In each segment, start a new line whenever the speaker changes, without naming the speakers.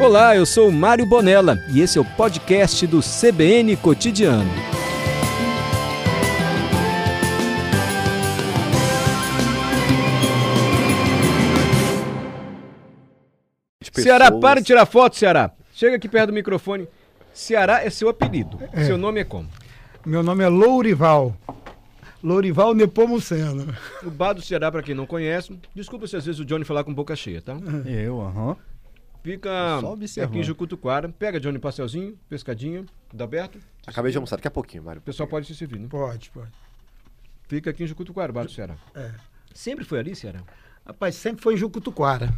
Olá, eu sou Mário Bonella e esse é o podcast do CBN Cotidiano. Ceará, para de tirar foto, Ceará. Chega aqui perto do microfone. Ceará é seu apelido.
É.
Seu nome é como?
Meu nome é Lourival. Lourival Nepomuceno.
O Bar do Ceará, para quem não conhece, desculpa se às vezes o Johnny falar com boca cheia, tá?
Eu, aham.
Fica
Só observando.
aqui em Jucutuquara. Pega Johnny Pastelzinho, pescadinha, dá aberto.
Acabei de almoçar, daqui a pouquinho, Mário.
O pessoal pode se servir, né?
Pode, pode.
Fica aqui em Jucutuquara, Bar do Ceará.
É.
Sempre foi ali, Ceará?
Rapaz, sempre foi em Jucutuquara.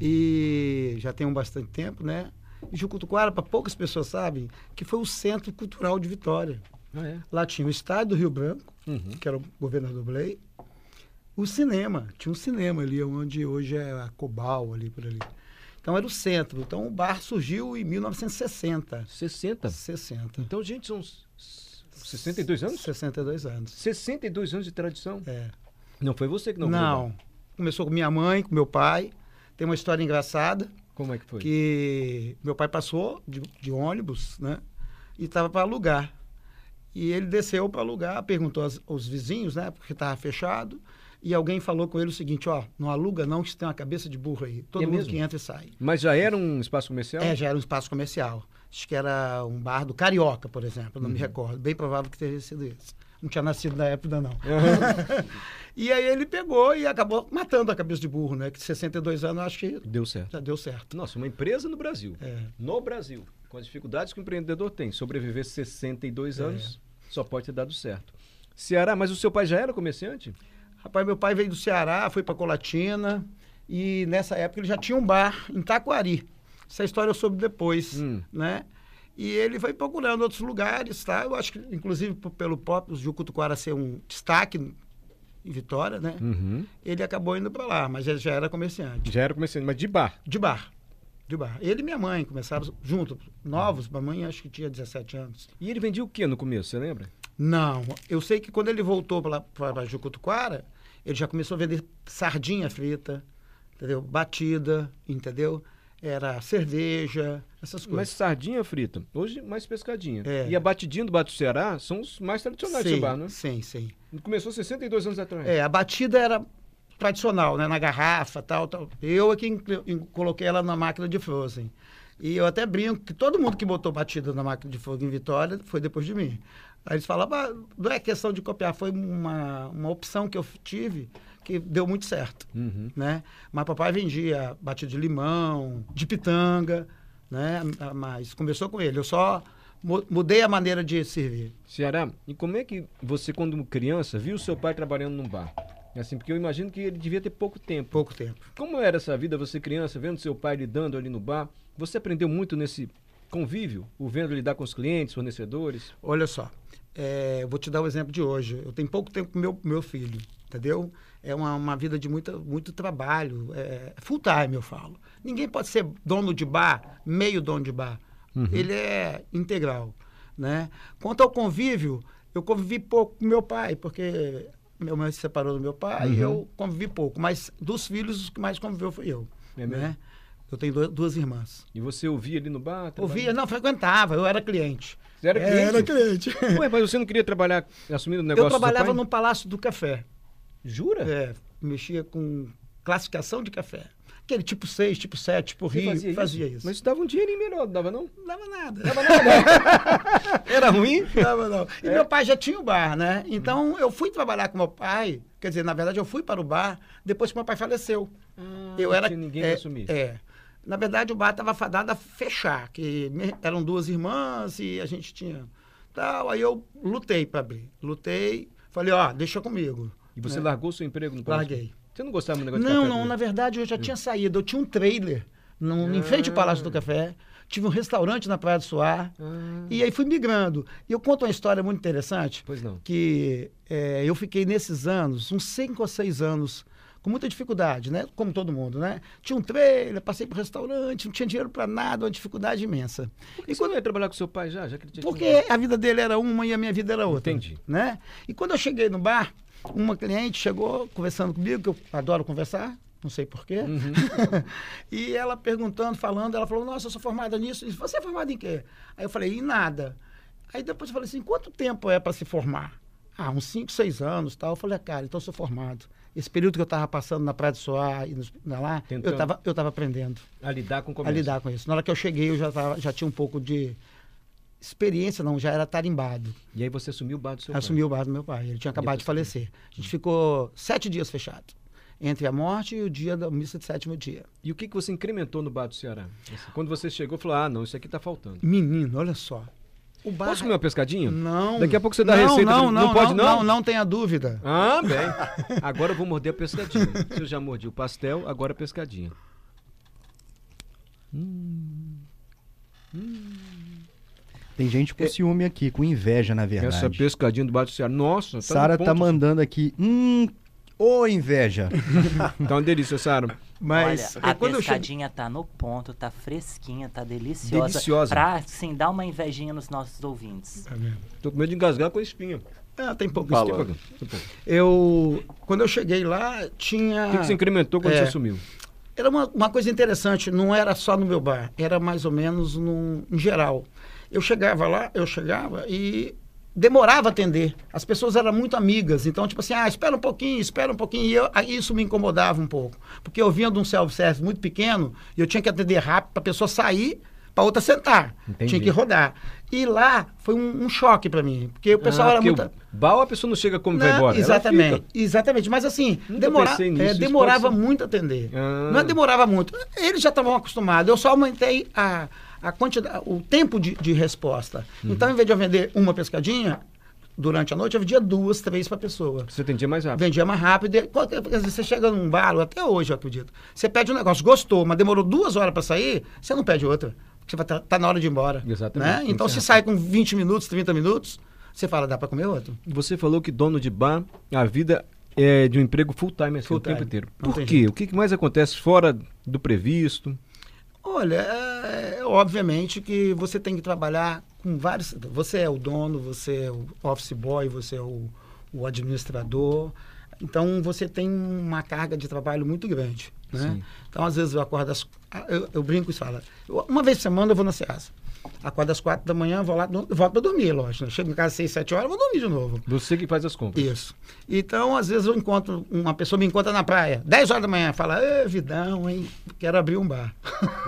E já tem um bastante tempo, né? E Jucutuquara, para poucas pessoas sabem, que foi o centro cultural de Vitória.
Ah, é.
Lá tinha o estádio do Rio Branco,
Uhum.
que era o governador Blay, o cinema, tinha um cinema ali, onde hoje é a Cobal, ali por ali. Então era o centro. Então o bar surgiu em 1960.
60.
60.
Então, gente, são s- s- 62 anos?
62 anos.
62 anos de tradição.
É.
Não foi você que não
Não. Começou com minha mãe, com meu pai. Tem uma história engraçada
Como é que foi?
que meu pai passou de, de ônibus, né? E estava para alugar. E ele desceu para alugar, perguntou aos, aos vizinhos, né? Porque estava fechado. E alguém falou com ele o seguinte: ó, não aluga não, que você tem uma cabeça de burro aí. Todo
É
mundo
mesmo?
que entra e sai.
Mas já era um espaço comercial?
É, já era um espaço comercial. Acho que era um bar do Carioca, por exemplo, não me
Uhum.
recordo. Bem provável que teria sido esse. Não tinha nascido na época, não.
Uhum.
e aí ele pegou e acabou matando a cabeça de burro, né? Que 62 anos, acho que
Deu certo.
já deu certo.
Nossa, uma empresa no Brasil.
É.
No Brasil. Com as dificuldades que o empreendedor tem. Sobreviver 62
É.
anos só pode ter dado certo. Ceará, mas o seu pai já era comerciante?
Rapaz, meu pai veio do Ceará, foi para Colatina. E nessa época ele já tinha um bar em Taquari. Essa história eu soube depois,
Hum.
né? E ele foi procurando outros lugares, tá? Eu acho que, inclusive, p- pelo próprio Jucutuquara ser um destaque em Vitória, né?
Uhum.
ele acabou indo para lá, mas ele já era comerciante.
Já era comerciante, mas de bar.
De bar. De bar. Ele e minha mãe começaram junto, novos. Mamãe acho que tinha 17 anos.
E ele vendia o que no começo, você lembra?
Não, eu sei que quando ele voltou para Jucutuquara, ele já começou a vender sardinha frita, entendeu? Batida, entendeu? Era cerveja, essas
Mas
coisas.
sardinha frita. Hoje, mais pescadinha.
É.
E a batidinha do Bato Ceará são os mais tradicionais
sim,
de bar, né?
sim, sim.
Começou 62 anos atrás.
É, a batida era tradicional, né? Na garrafa, tal, tal. Eu é que inclu- in- coloquei ela na máquina de frozen. E eu até brinco que todo mundo que botou batida na máquina de fogo em Vitória foi depois de mim. Aí eles falavam, "Ah, não é questão de copiar, foi uma, uma opção que eu tive que deu muito certo,
Uhum.
né? Mas papai vendia batida de limão, de pitanga, né? Ah, Mas começou com ele, eu só mu- mudei a maneira de servir.
Ceará, e como é que você, quando criança, viu seu pai trabalhando num bar? Assim, porque eu imagino que ele devia ter pouco tempo.
Pouco tempo.
Como era essa vida, você criança, vendo seu pai lidando ali no bar? Você aprendeu muito nesse convívio? O vendo lidar com os clientes, fornecedores?
Olha só, é, eu vou te dar o exemplo de hoje. Eu tenho pouco tempo com meu meu filho, entendeu? É uma, uma vida de muita, muito trabalho, é, full time eu falo. Ninguém pode ser dono de bar, meio dono de bar.
Uhum.
Ele é integral, né? Quanto ao convívio, eu convivi pouco com meu pai, porque minha mãe se separou do meu pai
Uhum.
e eu convivi pouco. Mas dos filhos, o que mais conviveu foi eu,
É mesmo?
né? Eu tenho do- duas irmãs.
E você ouvia ali no bar? trabalhando?
Ouvia, não, frequentava, eu era cliente. É.
Você era cliente?
Era cliente.
Ué, mas você não queria trabalhar assumindo o negócio
Eu trabalhava
do seu
no Palácio do Café.
pai? Jura?
É, mexia com classificação de café. Aquele tipo 6, tipo 7, tipo
Você
Rio, fazia, isso.
Mas isso dava um dinheirinho melhor, não dava não?
não dava nada. Não
Era ruim?
dava, não. E meu pai já tinha o bar, né? Então eu fui trabalhar com meu pai, quer dizer, na verdade eu fui para o bar depois que meu pai faleceu. eu
não
era
tinha ninguém
é,
pra assumir.
É. Na verdade, o bar estava fadado a fechar, que me- eram duas irmãs e a gente tinha tal. Aí eu lutei para abrir. Lutei, falei, ó, deixa comigo.
E você largou seu emprego no Palácio?
É. Larguei.
Você não gostava do negócio de
Não,
café,
não,
né?
na verdade eu já tinha saído. Eu tinha um trailer no, no- em frente ao Palácio do Café. Tive um restaurante na Praia do Soar.
Ah,
E aí fui migrando. E eu conto uma história muito interessante.
Pois não.
Que é, eu fiquei nesses anos, uns cinco ou seis anos, com muita dificuldade, né? Como todo mundo, né? Tinha um trailer, passei pro restaurante, não tinha dinheiro para nada, uma dificuldade imensa.
E quando eu ia trabalhar com seu pai já? Já que ele tinha
Porque a vida dele era uma e a minha vida era outra.
Entendi.
Né? E quando eu cheguei no bar, uma cliente chegou conversando comigo, que eu adoro conversar, não sei porquê.
Uhum.
e ela perguntando, falando, ela falou: Nossa, eu sou formada nisso. Eu disse, Você é formada em quê? Aí eu falei: Em nada. Aí depois eu falei assim: Quanto tempo é para se formar? Ah, uns 5, 6 anos tal. Eu falei: Cara, então eu sou formado. Esse período que eu estava passando na Praia do Soar e nos- na lá, eu
Tentando.
estava eu tava aprendendo
A lidar com o
a
comércio.
lidar com isso. Na hora que eu cheguei, eu já, tava- já tinha um pouco de experiência, não, já era tarimbado.
E aí você assumiu o bar do seu pai.
Assumiu o bar do meu pai. Ele tinha acabado de falecer. A gente ficou sete dias fechado. Entre a morte e o dia da missa de sétimo dia.
E o que, que você incrementou no bar do Ceará? Assim, Quando você chegou, falou: ah, não, isso aqui tá faltando.
Menino, olha só. O bar.
Posso comer um uma pescadinha?
Não.
Daqui a pouco você dá a
não,
receita. pra-
Não, não,
pode, não?
Não, tenha dúvida.
Ah, bem. Agora eu vou morder a pescadinha. Se eu já mordi o pastel, agora a pescadinha.
Tem gente
É.
com ciúme aqui, com inveja, na
Essa
verdade.
pescadinha do bar do Ceará. Nossa, tá
Sara
no
tá
ponto.
mandando aqui. Hum, ô inveja.
Tá uma delícia, Sara.
Mas
Olha,
é
a
quando eu cheguei.
pescadinha tá no ponto, tá fresquinha, tá deliciosa.
Deliciosa.
Pra, assim, dar uma invejinha nos nossos ouvintes.
Tá vendo?
Tô com medo de engasgar com a espinha.
Ah, tem pouco
Fala.
isso.
Tipo,
Eu. Quando eu cheguei lá, tinha.
O que, que você incrementou quando
É.
você assumiu?
Era uma, uma coisa interessante, não era só no meu bar, era mais ou menos num, em geral. Eu chegava lá, eu chegava e demorava a atender. As pessoas eram muito amigas, então, tipo assim, ah, espera um pouquinho, espera um pouquinho. E eu, aí isso me incomodava um pouco, porque eu vinha de um self-service muito pequeno e eu tinha que atender rápido para a pessoa sair para outra sentar.
Entendi.
Tinha que rodar. E lá foi um, um choque para mim, porque o pessoal
Ah,
era
porque
muito.
o Bal, a pessoa não chega como vai
Não,
embora. Ela
Né? Exatamente,
fica.
exatamente. Mas assim,
Nunca
demora-
pensei
é,
nisso, isso
demorava
pode ser-
muito a atender.
Ah.
Não é demorava muito. Eles já estavam acostumados. Eu só aumentei a, a quantidade, o tempo de, de resposta.
Uhum.
Então, em vez de eu vender uma pescadinha durante a noite, eu vendia duas, três para pessoa.
Você atendia mais rápido.
Vendia mais rápido. E quando- às vezes Você chega num bar, ou até hoje, eu acredito. Você pede um negócio, gostou, mas demorou duas horas para sair, você não pede outra. Você vai tá, tá na hora de ir embora.
Exatamente,
né?
tem que
Então,
ser
se sai com 20 minutos, 30 minutos, você fala, dá para comer outro.
Você falou que dono de bar, a vida é de um emprego full time, assim,
Full
o tempo
time.
inteiro.
Não
Por
tem
quê? O que que mais acontece fora do previsto?
Olha, é, obviamente que você tem que trabalhar com vários. Você é o dono, você é o office boy, você é o, o administrador. Então você tem uma carga de trabalho muito grande. Né?
Sim.
Então, às vezes, eu acordo às. ah, Eu, eu brinco e falo. eu- uma vez por semana eu vou na Ceasa. Acordo às quatro da manhã, vou lá, dou- volto para dormir, lógico. né? Chego em casa às seis, sete horas, vou dormir de novo.
Você que faz as compras.
Isso. Então, às vezes eu encontro, uma pessoa me encontra na praia, 10 horas da manhã, fala, Ê, Vidão, hein? Quero abrir um bar.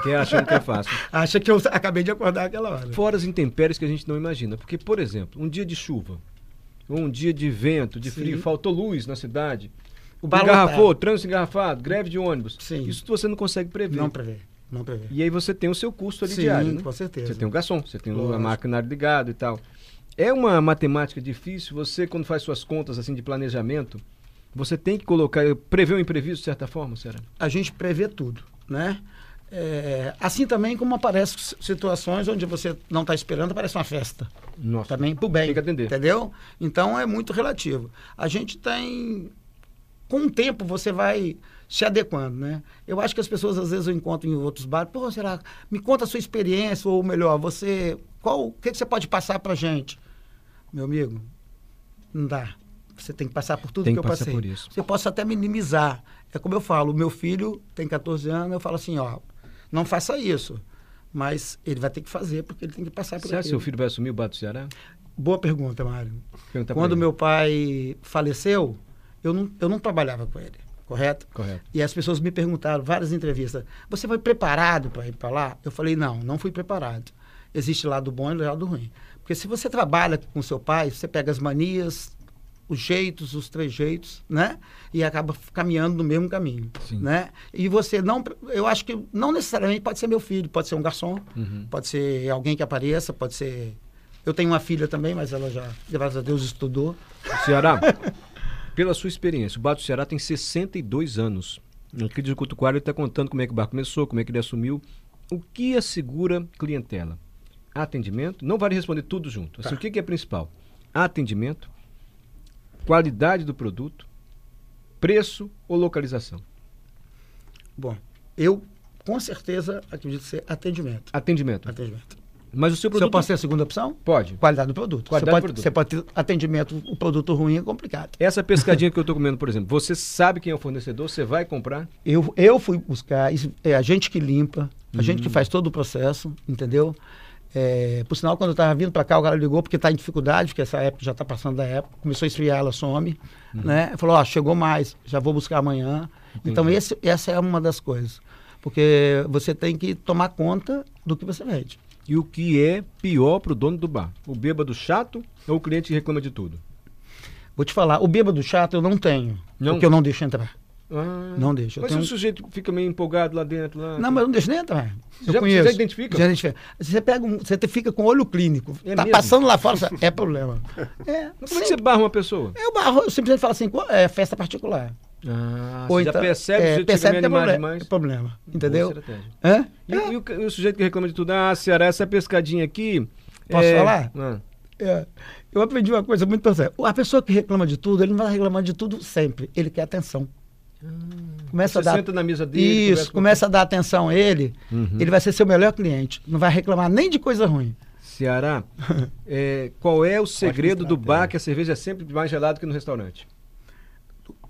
Que é achando que é fácil.
Acha que eu acabei de acordar aquela hora.
Fora as intempéries que a gente não imagina. Porque, por exemplo, um dia de chuva, ou um dia de vento, de
Sim.
frio, faltou luz na cidade,
O bar
engarrafou,
lotado.
trânsito engarrafado, greve de ônibus.
Sim.
Isso você não consegue prever.
Não prevê, não prevê.
E aí você tem o seu custo ali
Sim,
diário, né?
com certeza.
Você tem o garçom, você tem o
Lógico.
maquinário ligado e tal. É uma matemática difícil, você quando faz suas contas assim de planejamento, você tem que colocar, prever o imprevisto de certa forma, será?
A gente prevê tudo, né? É, assim também como aparecem s- situações onde você não está esperando, aparece uma festa.
Nossa.
Também pro bem.
Tem que atender.
Entendeu? Então é muito relativo. A gente tem. Com o tempo você vai se adequando, né? Eu acho que as pessoas, às vezes, eu encontro em outros bares, pô, será? Me conta a sua experiência, ou melhor, você. Qual, o que, que você pode passar pra gente? Meu amigo, não dá. Você tem que passar por tudo
Tem
que eu
que passar
passei.
por isso.
Você possa até minimizar. É como eu falo, o meu filho tem 14 anos, eu falo assim, ó, não faça isso. Mas ele vai ter que fazer, porque ele tem que passar por
Será que
aquilo.
seu filho vai assumir o bar do Ceará?
Boa pergunta, Mário.
Perguntar pra
Quando
ele.
meu pai faleceu, eu não, eu não trabalhava com ele, correto?
Correto.
E as pessoas me perguntaram, várias entrevistas, você foi preparado para ir para lá? Eu falei, não, não fui preparado. Existe lado bom e lado ruim. Porque se você trabalha com seu pai, você pega as manias, os jeitos, os trejeitos, né? E acaba f- caminhando no mesmo caminho,
Sim.
né? E você não, pre- eu acho que não necessariamente pode ser meu filho, pode ser um garçom, pode ser alguém que apareça, pode ser... Eu tenho uma filha também, mas ela já, graças a Deus, estudou.
Ceará, pela sua experiência, o bar do Ceará tem 62 anos. Aqui de Cutuquara ele está contando como é que o bar começou, como é que ele assumiu. O que assegura clientela? Atendimento? Não vale responder tudo junto. Assim, O que, que é principal? Atendimento, qualidade do produto, preço ou localização?
Bom, eu com certeza acredito ser atendimento.
Atendimento.
Atendimento.
Mas o seu
Se eu
produto.
posso ter a segunda opção?
Pode.
Qualidade do produto.
Qualidade
você, pode,
do produto.
você pode ter atendimento, o produto ruim é complicado.
Essa pescadinha que eu tô comendo, por exemplo, você sabe quem é o fornecedor, você vai comprar.
Eu, eu fui buscar, isso é a gente que limpa, a gente
Uhum.
que faz todo o processo, entendeu? É, por sinal, quando eu estava vindo para cá, o cara ligou porque está em dificuldade, porque essa época já está passando da época, começou a esfriar, ela some,
Uhum.
né? Falou, ó, chegou mais, já vou buscar amanhã. Então, esse, essa é uma das coisas. Porque você tem que tomar conta do que você vende.
E o que é pior pro dono do bar? O bêbado chato ou o cliente que reclama de tudo?
Vou te falar, o bêbado chato eu não tenho,
Não?
porque eu não deixo entrar.
Ah,
Não deixa. Eu
Mas
tenho- um
o sujeito fica meio empolgado lá dentro. Lá, tá?
Não, mas eu não deixo nem entrar. Eu
Já-
conheço.
já identifica?
Já identifica. Você, pega um- você te- fica com olho clínico.
É
tá
mesmo?
passando lá fora, você- é problema. É,
Mas
sim.
Como é que você barra uma pessoa?
Eu, barro, eu simplesmente falo assim, "Qual- é festa particular.
Ah,
Ou
você já
então-
percebe,
é,
o sujeito
percebe
fica
que é
meio animado
problema,
demais.
é problema, entendeu? É.
Boa estratégia.
Hã?
E, o- e o, e o sujeito que reclama de tudo, ah, Ceará, essa pescadinha aqui.
Posso falar?
Ah,
É. Eu aprendi uma coisa muito interessante. A pessoa que reclama de tudo, ele não vai reclamar de tudo sempre. Ele quer atenção. Começa
Ah, você
a dar...
senta na mesa dele.
Isso, começa a dar atenção a ele,
Uhum.
ele vai ser seu melhor cliente. Não vai reclamar nem de coisa ruim.
Ceará, é, qual é o segredo do
estratégia.
bar que a cerveja é sempre mais gelada que no restaurante?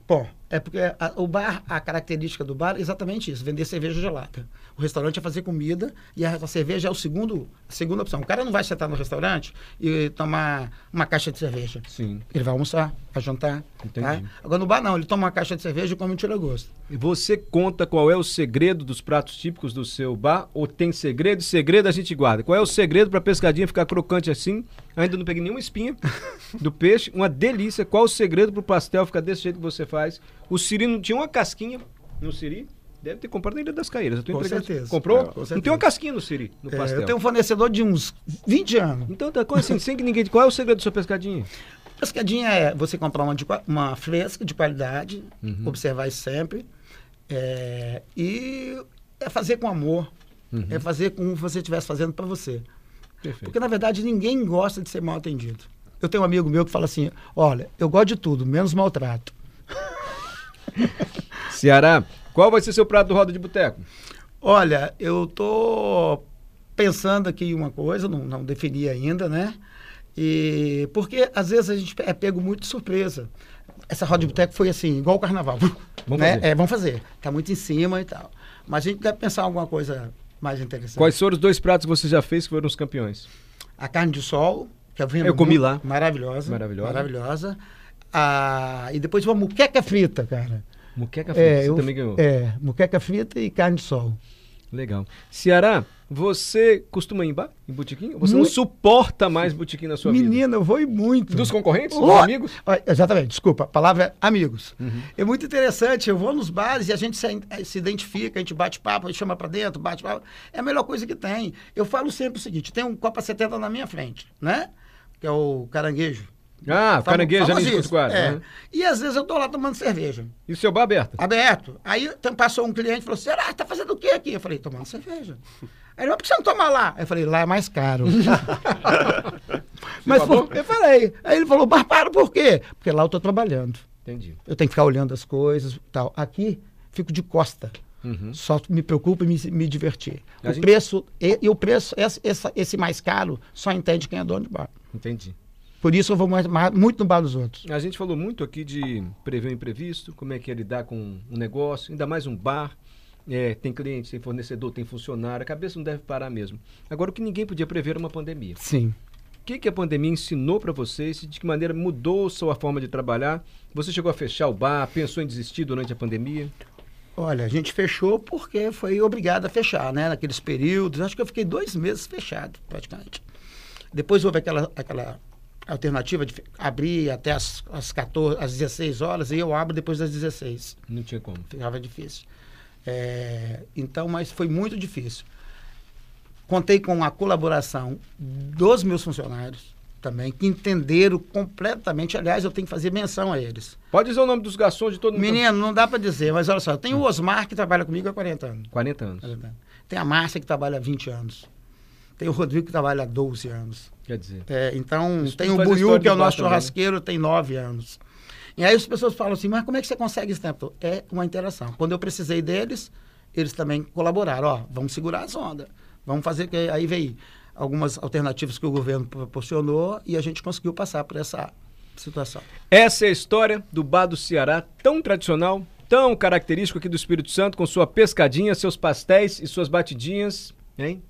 Bom, é porque a- o bar, a característica do bar é exatamente isso, vender cerveja gelada. O restaurante é fazer comida e a, a cerveja é o segundo, a segunda opção. O cara não vai sentar no restaurante e tomar uma caixa de cerveja.
Sim.
Ele vai almoçar, vai jantar.
Entendi.
tá? Agora no bar não, ele toma uma caixa de cerveja e come um tira-gosto.
E você conta qual é o segredo dos pratos típicos do seu bar? Ou tem segredo? Segredo a gente guarda. Qual é o segredo para a pescadinha ficar crocante assim? Ainda não peguei nenhuma espinha do peixe. Uma delícia. Qual o segredo para o pastel ficar desse jeito que você faz? O siri não tinha uma casquinha no siri? Deve ter comprado na Ilha das Caeiras. Eu tô
Com
entregando-
certeza.
Comprou?
É, com
Não
certeza.
tem uma casquinha no siri, no
É,
pastel.
eu tenho um fornecedor de uns 20 anos.
Então tá como assim, sem que ninguém... Qual é o segredo da sua pescadinha?
Pescadinha é você comprar uma, de qua- uma fresca de qualidade, observar isso sempre. é, e é fazer com amor. É fazer como você estivesse fazendo para você.
Perfeito.
Porque, na verdade, ninguém gosta de ser mal atendido. Eu tenho um amigo meu que fala assim: olha, eu gosto de tudo, menos maltrato.
Ceará, qual vai ser seu prato do Roda de Boteco?
Olha, eu tô pensando aqui em uma coisa, não, não defini ainda, né? E porque às vezes a gente é pego muito de surpresa. Essa roda de boteco foi assim, igual o carnaval.
Vamos
né?
fazer.
É, vamos fazer. Tá muito em cima e tal. Mas a gente deve pensar em alguma coisa mais interessante.
Quais foram os dois pratos que você já fez que foram os campeões?
A carne de sol, que eu, vendo
Eu comi
muito,
lá.
Maravilhosa.
Maravilhosa.
Maravilhosa. Ah, e depois uma muqueca frita, cara.
Muqueca frita,
É,
você
eu-
também ganhou.
É, muqueca frita e carne de sol.
Legal. Ceará, você costuma ir em bar, em botequim? Ou Você não
Muito.
suporta mais botequim na sua vida?
Menina, eu vou e muito.
Dos concorrentes?
Oh!
Dos amigos?
Olha, Exatamente, desculpa, a palavra é amigos.
Uhum.
É muito interessante, eu vou nos bares e a gente se, eh, se identifica, a gente bate papo, a gente chama pra dentro, bate papo. É a melhor coisa que tem. Eu falo sempre o seguinte, tem um Copa 70 na minha frente, né? Que é o caranguejo.
Ah,
Famo-
caranguejo, já
famosíssimo,
escuto quase.
é. Ah.
né?
E às vezes eu tô lá tomando cerveja,
E o seu bar aberto?
aberto. Aí tem- passou um cliente e falou, será que tá fazendo o quê aqui? Eu falei, tomando cerveja. Aí ele, mas por que você não toma lá? Eu falei, lá é mais caro. Mas
falou?
foi- eu falei. Aí ele falou, barbaro, por quê? Porque lá eu tô trabalhando.
Entendi.
Eu tenho que ficar olhando as coisas e tal. Aqui, fico de costa.
Uhum.
Só me preocupo em me, me divertir.
A
O
gente-
preço, e, e o preço, esse, essa- esse mais caro, só entende quem é dono de bar.
Entendi.
Por isso eu vou mais- mais- muito no bar dos outros.
A gente falou muito aqui de prever o imprevisto, como é que é lidar com um negócio, ainda mais um bar. É, tem cliente, tem fornecedor, tem funcionário, a cabeça não deve parar mesmo. Agora, o que ninguém podia prever era uma pandemia.
Sim.
O que, que a pandemia ensinou para vocês e de que maneira mudou sua forma de trabalhar? Você chegou a fechar o bar, pensou em desistir durante a pandemia?
Olha, a gente fechou porque foi obrigado a fechar, né? Naqueles períodos. Acho que eu fiquei dois meses fechado, praticamente. Depois houve aquela, aquela alternativa de fe- abrir até as, as 14, às 16 horas e eu abro depois das 16.
Não tinha como.
Ficava difícil. É, então, mas foi muito difícil. Contei com a colaboração dos meus funcionários também, que entenderam completamente. Aliás, eu tenho que fazer menção a eles.
Pode dizer o nome dos garçons de todo mundo?
Menino, não dá para dizer, mas olha só, tem o Osmar que trabalha comigo há 40 anos.
40 anos.
40 anos. Tem a Márcia que trabalha há 20 anos. Tem o Rodrigo que trabalha há 12 anos.
Quer dizer.
É, então,
Isso
tem
tudo
o
faz
Buiú,
história
que é o
do bar
nosso
também, né?
churrasqueiro, tem nove anos. E aí as pessoas falam assim, mas como é que você consegue esse tempo? todo?" É uma interação. Quando eu precisei deles, eles também colaboraram. Ó, vamos segurar as ondas. Vamos fazer que aí veio. algumas alternativas que o governo proporcionou e a gente conseguiu passar por essa situação.
Essa é a história do bar do Ceará, tão tradicional, tão característico aqui do Espírito Santo, com sua pescadinha, seus pastéis e suas batidinhas, hein?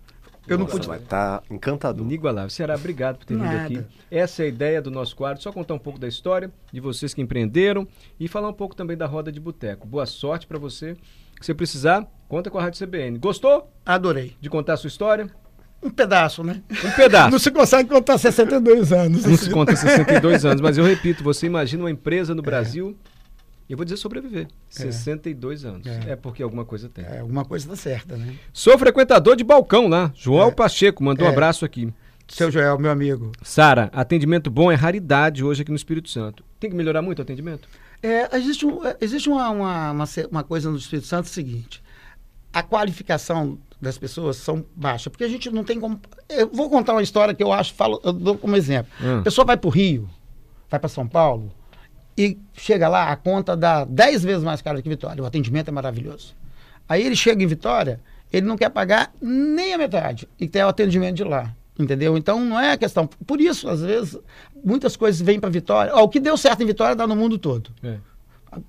Eu não
Nossa,
pude.
Vai
tá
estar encantador.
Inigualável. Ceará, obrigado por ter vindo
Nada.
aqui. Essa é a ideia do nosso quadro, só contar um pouco da história de vocês que empreenderam e falar um pouco também da roda de boteco. Boa sorte pra você. Se você precisar, conta com a Rádio CBN. Gostou
Adorei.
de contar a sua história?
Um pedaço, né?
Um pedaço.
Não se consegue contar 62 anos.
Não se conta 62 anos, mas eu repito, você imagina uma empresa no
É.
Brasil, e eu vou dizer sobreviver, 62 anos. É,
É.
porque alguma coisa tem.
É, alguma coisa tá certa, né?
Sou frequentador de balcão lá, João
É.
Pacheco, mandou um
É.
abraço aqui.
Seu Joel, meu amigo.
Sara, atendimento bom é raridade hoje aqui no Espírito Santo. Tem que melhorar muito o atendimento?
É, existe um- é, existe uma, uma, uma ce- uma coisa no Espírito Santo é seguinte: a qualificação das pessoas são baixa, porque a gente não tem como. Eu vou contar uma história que eu acho, falo, eu dou como exemplo.
Hum.
A pessoa vai para o Rio, vai para São Paulo e chega lá, a conta dá 10 vezes mais cara que Vitória. O atendimento é maravilhoso. Aí ele chega em Vitória, ele não quer pagar nem a metade e tem o atendimento de lá. Entendeu? Então não é questão. Por isso, às vezes, muitas coisas vêm para Vitória. Ó, o que deu certo em Vitória dá no mundo todo
É.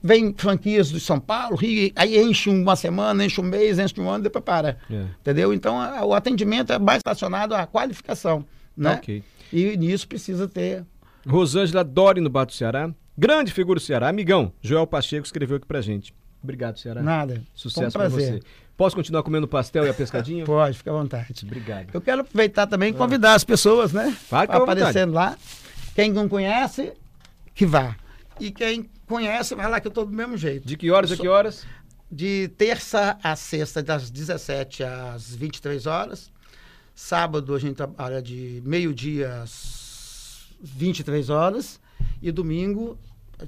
vem franquias do São Paulo, Rio, aí enche uma semana, enche um mês, enche um ano, depois para.
É.
Entendeu? Então, a- o atendimento é mais relacionado à qualificação, né?
ok.
E nisso precisa ter.
Rosângela Dori no Bato Ceará, grande figura do Ceará, amigão. Joel Pacheco escreveu aqui pra gente. Obrigado, Ceará.
Nada.
Né? Sucesso
Foi um
pra
prazer.
você. Posso continuar comendo pastel e a pescadinha?
Pode, fica à vontade.
Obrigado.
Eu quero aproveitar também e convidar as pessoas, né?
Ah. Vai, fica à vontade.
aparecendo lá. Quem não conhece, que vá. E quem conhece, vai lá que eu estou do mesmo jeito.
De que horas a
Eu sou-
que horas?
De terça a sexta, das 17 às 23 horas. Sábado a gente trabalha de meio-dia às 23 horas. E domingo,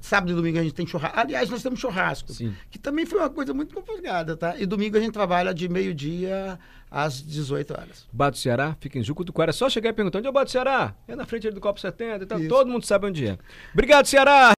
sábado e domingo a gente tem churrasco. Aliás, nós temos churrasco,
Sim.
que também foi uma coisa muito complicada, tá? E domingo a gente trabalha de meio-dia às 18 horas.
Bato Ceará, fica em Jucutuquara. É só chegar e perguntar onde é o Bato Ceará? É na frente ali do Copo 70 e tal.
Isso.
Todo mundo sabe onde é. Obrigado, Ceará!